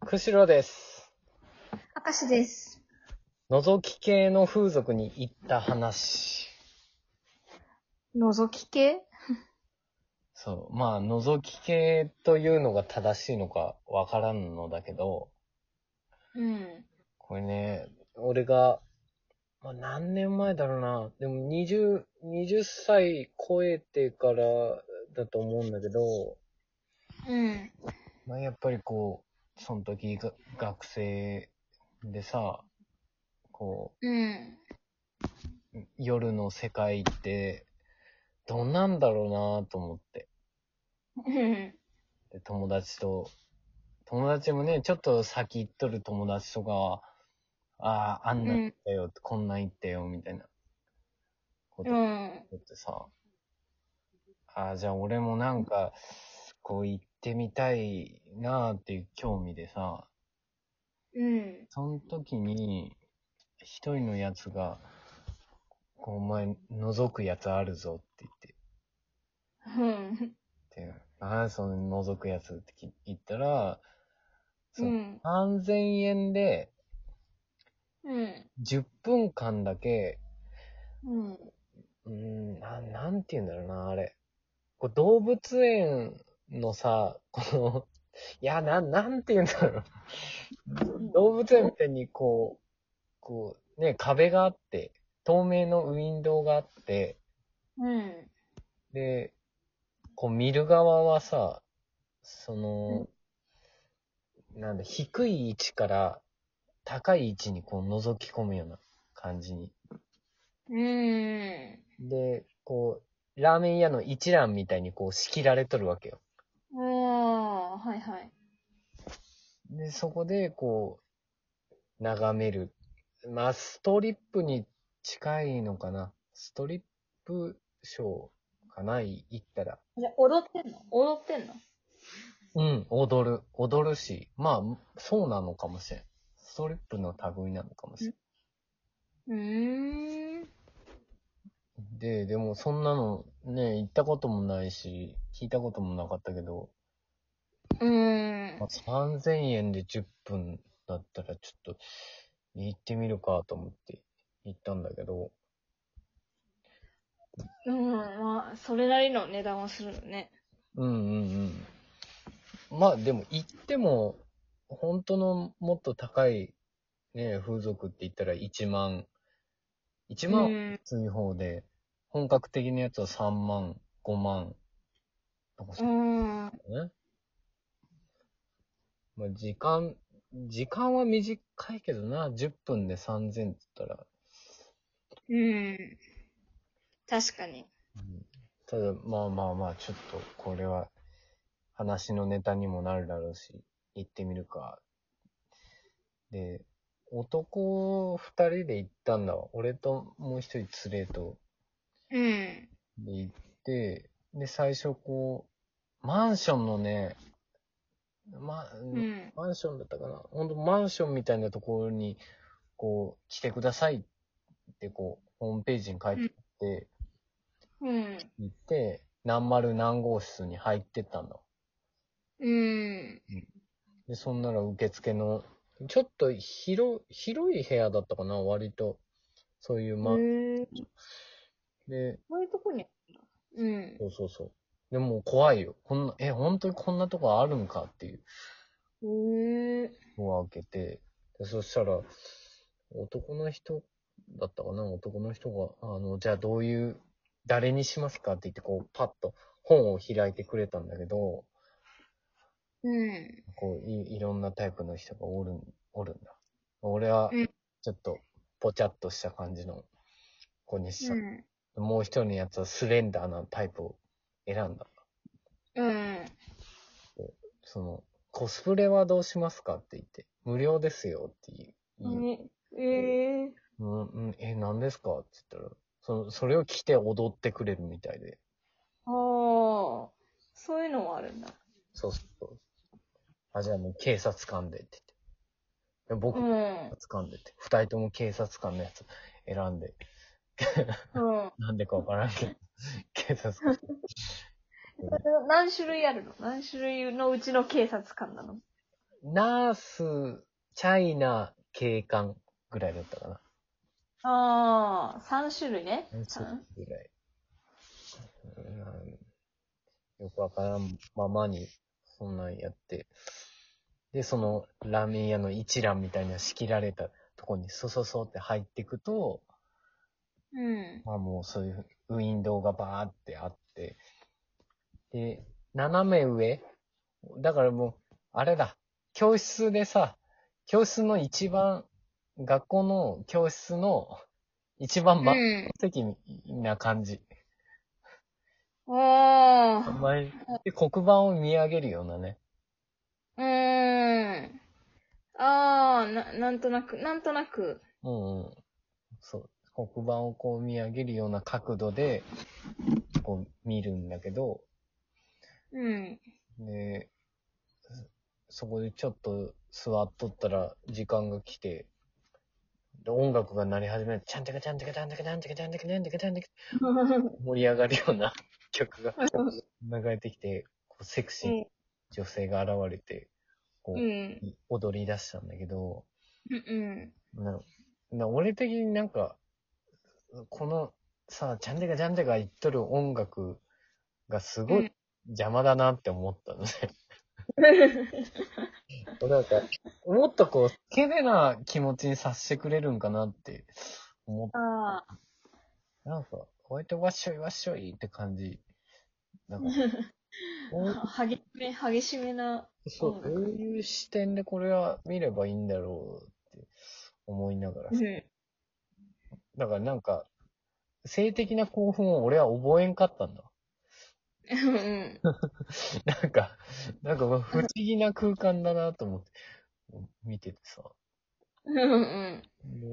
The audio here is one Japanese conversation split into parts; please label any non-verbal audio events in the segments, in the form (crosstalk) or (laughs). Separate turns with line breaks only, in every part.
くしろです。
明石です。
覗き系の風俗に行った話。
覗き系
そう。まあ、覗き系というのが正しいのかわからんのだけど、
うん。
これね、俺が、まあ、何年前だろうな。でも20、20歳超えてからだと思うんだけど、
うん。
まあ、やっぱりこう、その時が学生でさ、こう、
うん。
夜の世界って、どんなんだろうなと思って。
うん。
で友達と、友達もね、ちょっと先行っとる友達とかは、ああ、あんなん行ったよ、こんなん行ったよ、みたいなこと
う
言
ん。
ってさ、ああ、じゃあ俺もなんか、こう行ってみたいなっていう興味でさ、
うん。
その時に、一人のやつが、こうお前、覗くやつあるぞって言って、
うん。
って、何その覗くやつってき言ったら、そうの
ん。
3000円で
うん。
10分間だけ、
うん。
うーん、ななんて言うんだろうな、あれ。こう動物園のさ、この、いや、な、なんて言うんだろう。動物園みたいにこう、こう、ね、壁があって、透明のウィンドウがあって、
うん。
で、こう見る側はさ、その、なんだ、低い位置から高い位置にこう覗き込むような感じに。
うん。
で、こう、ラーメン屋の一覧みたいにこう仕切られとるわけよ。
ああ、はいはい。
で、そこでこう、眺める。まあ、ストリップに近いのかな。ストリップショーかな、い行ったら。
じゃ、踊ってんの踊ってんの
うん、踊る。踊るし、まあ、そうなのかもしれん。ストリップの類なのかもしれん。
うーん。
で、でもそんなのね、行ったこともないし、聞いたこともなかったけど、
うん
まあ、。3000円で10分だったらちょっと行ってみるかと思って行ったんだけど、
うん。まあ、それなりの値段をするのね。
うんうんうん。まあでも行っても、本当のもっと高いね、風俗って言ったら1万、1万
うん
安い方で、本格的なやつは3万、5万、とかそ
うん。
ね。まあ、時間、時間は短いけどな、10分で3000って言ったら。
うん。確かに。
うんただ、まあまあまあ、ちょっと、これは、話のネタにもなるだろうし、行ってみるか。で、男二人で行ったんだわ。俺ともう一人連れと。
うん。
で、行って、で、最初こう、マンションのね、ま、
うん。
マンションだったかな本当マンションみたいなところに、こう、来てくださいって、こう、ホームページに書いてあって、
うん。
行って、何丸何号室に入ってったんだ。
うん。
で、そんなら受付の、ちょっと広、広い部屋だったかな割と。そういう、ま、
うん。
で、
こういうとこにあるんだ。
そうそうそう。でも怖いよ。こんな、え、本当にこんなとこあるんかっていう。
うん。へえ
を開けて、でそしたら、男の人だったかな男の人が、あの、じゃあどういう、誰にしますかって言って、こう、パッと本を開いてくれたんだけど、
うん。
こう、いいろんなタイプの人がおるん、おるんだ。俺は
うん、
ちょっと、ぽちゃっとした感じの子にした。
うん。
もう一人のやつはスレンダーなタイプを選んだ。
うん。
その、コスプレはどうしますかって言って、無料ですよっていう。
ええ
うん、うん、え、何ですかって言ったら、その、それを着て踊ってくれるみたいで。
ああ。そういうのもあるんだ。
そうそう。あ、じゃあもう警察官でって言って。で僕
う
も
ん
警。察官でって。二人とも警察官のやつ選んで。
うん。
なんでかわからんけど。警察官。
何種類あるの何種類のうちの警察官なの
ナース、チャイナ、警官ぐらいだったかな。
ああ、三種類ね。三
ぐらい。うんよくわからんままに、そんなんやって。で、そのラーメン屋の一覧みたいな仕切られたとこにそそそって入ってくと、
うん。
まあもうそういうウィンドウがバーってあって、で、斜め上だからもう、あれだ、教室でさ、教室の一番、学校の教室の一番真っ
うん。
席な感じ。
お
あん
ー。
まり。で、黒板を見上げるようなね。
うーん。ああ、な、なんとなく、なんとなく。
うんうん。そう。黒板をこう見上げるような角度で、こう見るんだけど、
うん。
で、そこでちょっと座っとったら時間が来て、で音楽が鳴り始めて、ちゃんてかちゃんてかちゃんてかちゃんてかちゃんてかちゃんてかちゃんてか盛り上がるような曲が流れてきて、こうセクシーな女性が現れて、こ
うん。う。
うん踊り出したんだけど、
うん。
なな俺的になんか、このさ、ちゃんてかちゃんてか言っとる音楽がすご
う
い邪魔だなって思ったのね。なんか、もっとこう、スケベな気持ちにさせてくれるんかなって思っ
あ
た。なんか、こうやってわっしょいわっしょいって感じ。なんか、こう
あ。激しめ、激しめな。
そう、
う
ど
ん
ういう視点でこれは見ればいいんだろうって思いながら
う。ん。
だからなんか、性的な興奮を俺は覚えんかったんだ。 (laughs)
うん。
なんか、なんか不思議な空間だなと思って、見ててさ。
うん。
で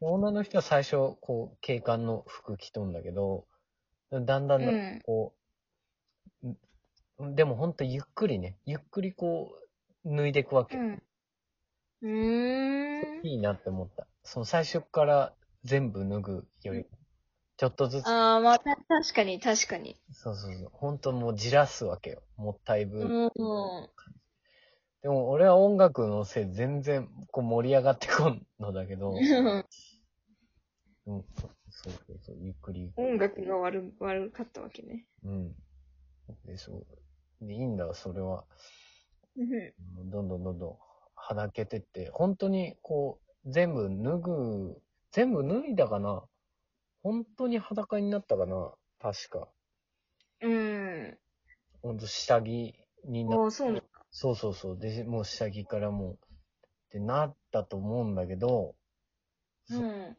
女の人は最初、こう、警官の服着とんだけど、だんだんだん
うん
こう、んでもほんとゆっくりね、ゆっくりこう、脱いでいくわけ。
うん。うーん。
いいなって思った。その最初から全部脱ぐより、ちょっとずつ、
ああ、まあ、た確かに、確かに。
そうそうそう、ほんともうじらすわけよ。もったいぶ。
うんん。
でも俺は音楽のせい全然こう盛り上がってこんのだけど、
うん
うん、そうそうそう、ゆっくり。
音楽が悪、悪かったわけね。
うん。で、そう。で、いいんだ、それは。
うん。
もうどんどんどんどん、はだけてって、本当にこう、全部脱ぐ、全部脱いだかな本当に裸になったかな確か。
うん。
ほんと下着にな
ああ、そうなんだ。
そうそうそう。で、もう下着からもう、ってなったと思うんだけど、
うん。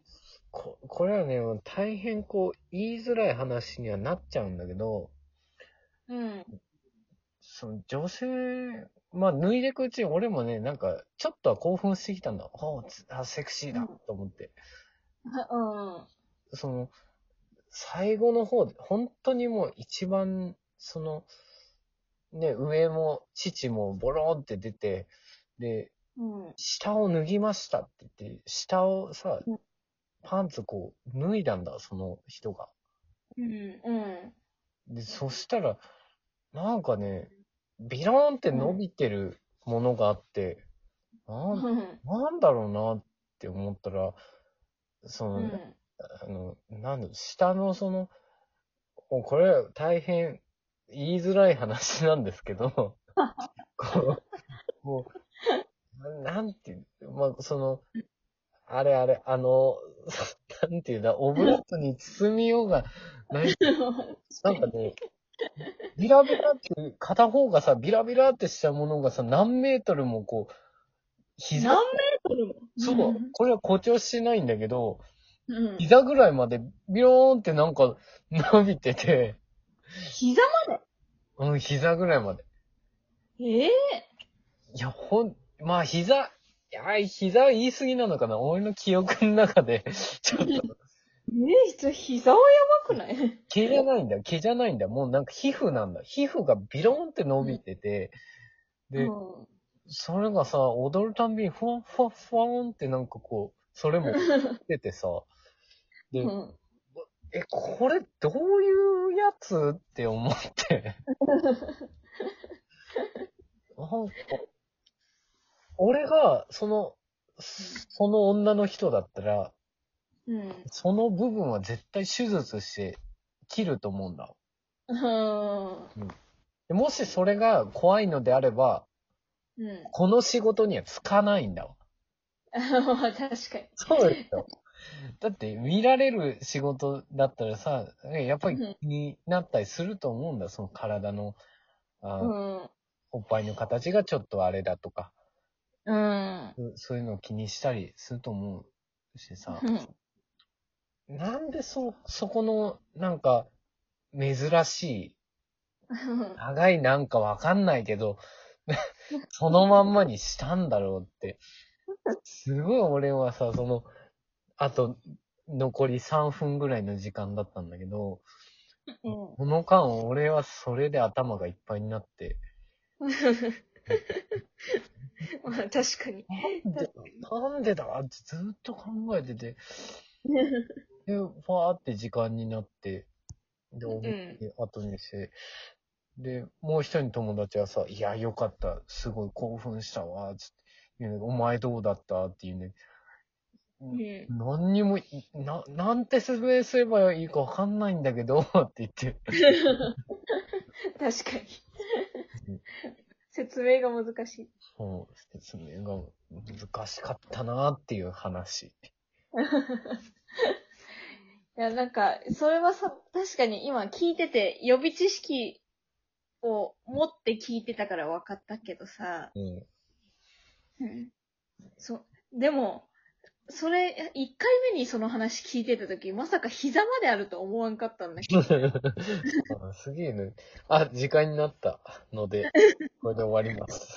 ここれはね、大変こう、言いづらい話にはなっちゃうんだけど、
うん。
その女性、まあ、脱いでくうちに俺もね、なんか、ちょっとは興奮してきたんだ。おうつあ、セクシーだと思って。
うん。
その、最後の方で、本当にもう一番、その、ね、上も、父もボローンって出て、で、
うん。
下を脱ぎましたって言って、下をさ
うん、
パンツこう、脱いだんだ、その人が。
うん。うん。
で、そしたら、なんかね、ビローンって伸びてるものがあって、なん
うん。
なんだろうなって思ったら、その、
うん。
あの、なんだろう、下のその、もうこれは大変言いづらい話なんです
(laughs)
けど、こう、もう、ななんていう、まあ、その、あれあれ、あの、 (laughs) なんていうんだ、オブラートに包みようがない。なんかね、ビラビラって、片方がさ、ビラビラってしたものがさ、何メートルもこう、膝
何メートルも
そう、これは誇張してないんだけど、
うん。
膝ぐらいまでビローンってなんか伸びてて、
膝
うん、膝ぐらいまで。
までええ
いや、ほん、まあ膝、いや、膝言い過ぎなのかな俺の記憶の中で、 (laughs) ちょっと、
ねえ、膝、膝はやばくない
毛じゃないんだ、毛じゃないんだ、もうなんか皮膚なんだ。皮膚がビローンって伸びてて、で、
うん
それがさ、踊るたんびに、ふわんふわんふわんってなんかこう、それも出てさ、で、
うん。
え、これどういうやつって思って。なんか、俺が、その、その女の人だったら、
うん。
その部分は絶対手術して切ると思うんだ。
うん。
でもしそれが怖いのであれば、
うん。
この仕事にはつかないんだわ。
確かに。
そうですよ。だって見られる仕事だったらさ、やっぱり
うん
気になったりすると思うんだ、その体の、あ
うん。
おっぱいの形がちょっとあれだとか、
うん。
そうそういうのを気にしたりすると思うしさ、なんでそ、そこの、なんか、珍しい、長いなんかわかんないけど、そのまんまにしたんだろうって。すごい俺はさ、その、あと、残り3分ぐらいの時間だったんだけど、
うん。
この間俺はそれで頭がいっぱいになって、
まあ確かに。
なんでなんでだってずっと考えてて、で、ファーって時間になって、で、お
ん
後にして、で、もう一人の友達はさ、いや、よかった、すごい興奮したわ、つって言うね、お前どうだったっていうね、
うん。
何にもい、な、なんて説明すればいいかわかんないんだけど、 (laughs) って言って、
確かに。説明が難しい。
そう、説明が難しかったなっていう話。
いや、なんか、それはさ、確かに今聞いてて、予備知識を持って聞いてたから分かったけどさ、
うん。 (laughs)
うん。そう。でも、それ、一回目にその話聞いてた時、まさか膝まであると思わんかったんだけど。
あすげえね。あ、時間になったので、これで終わります。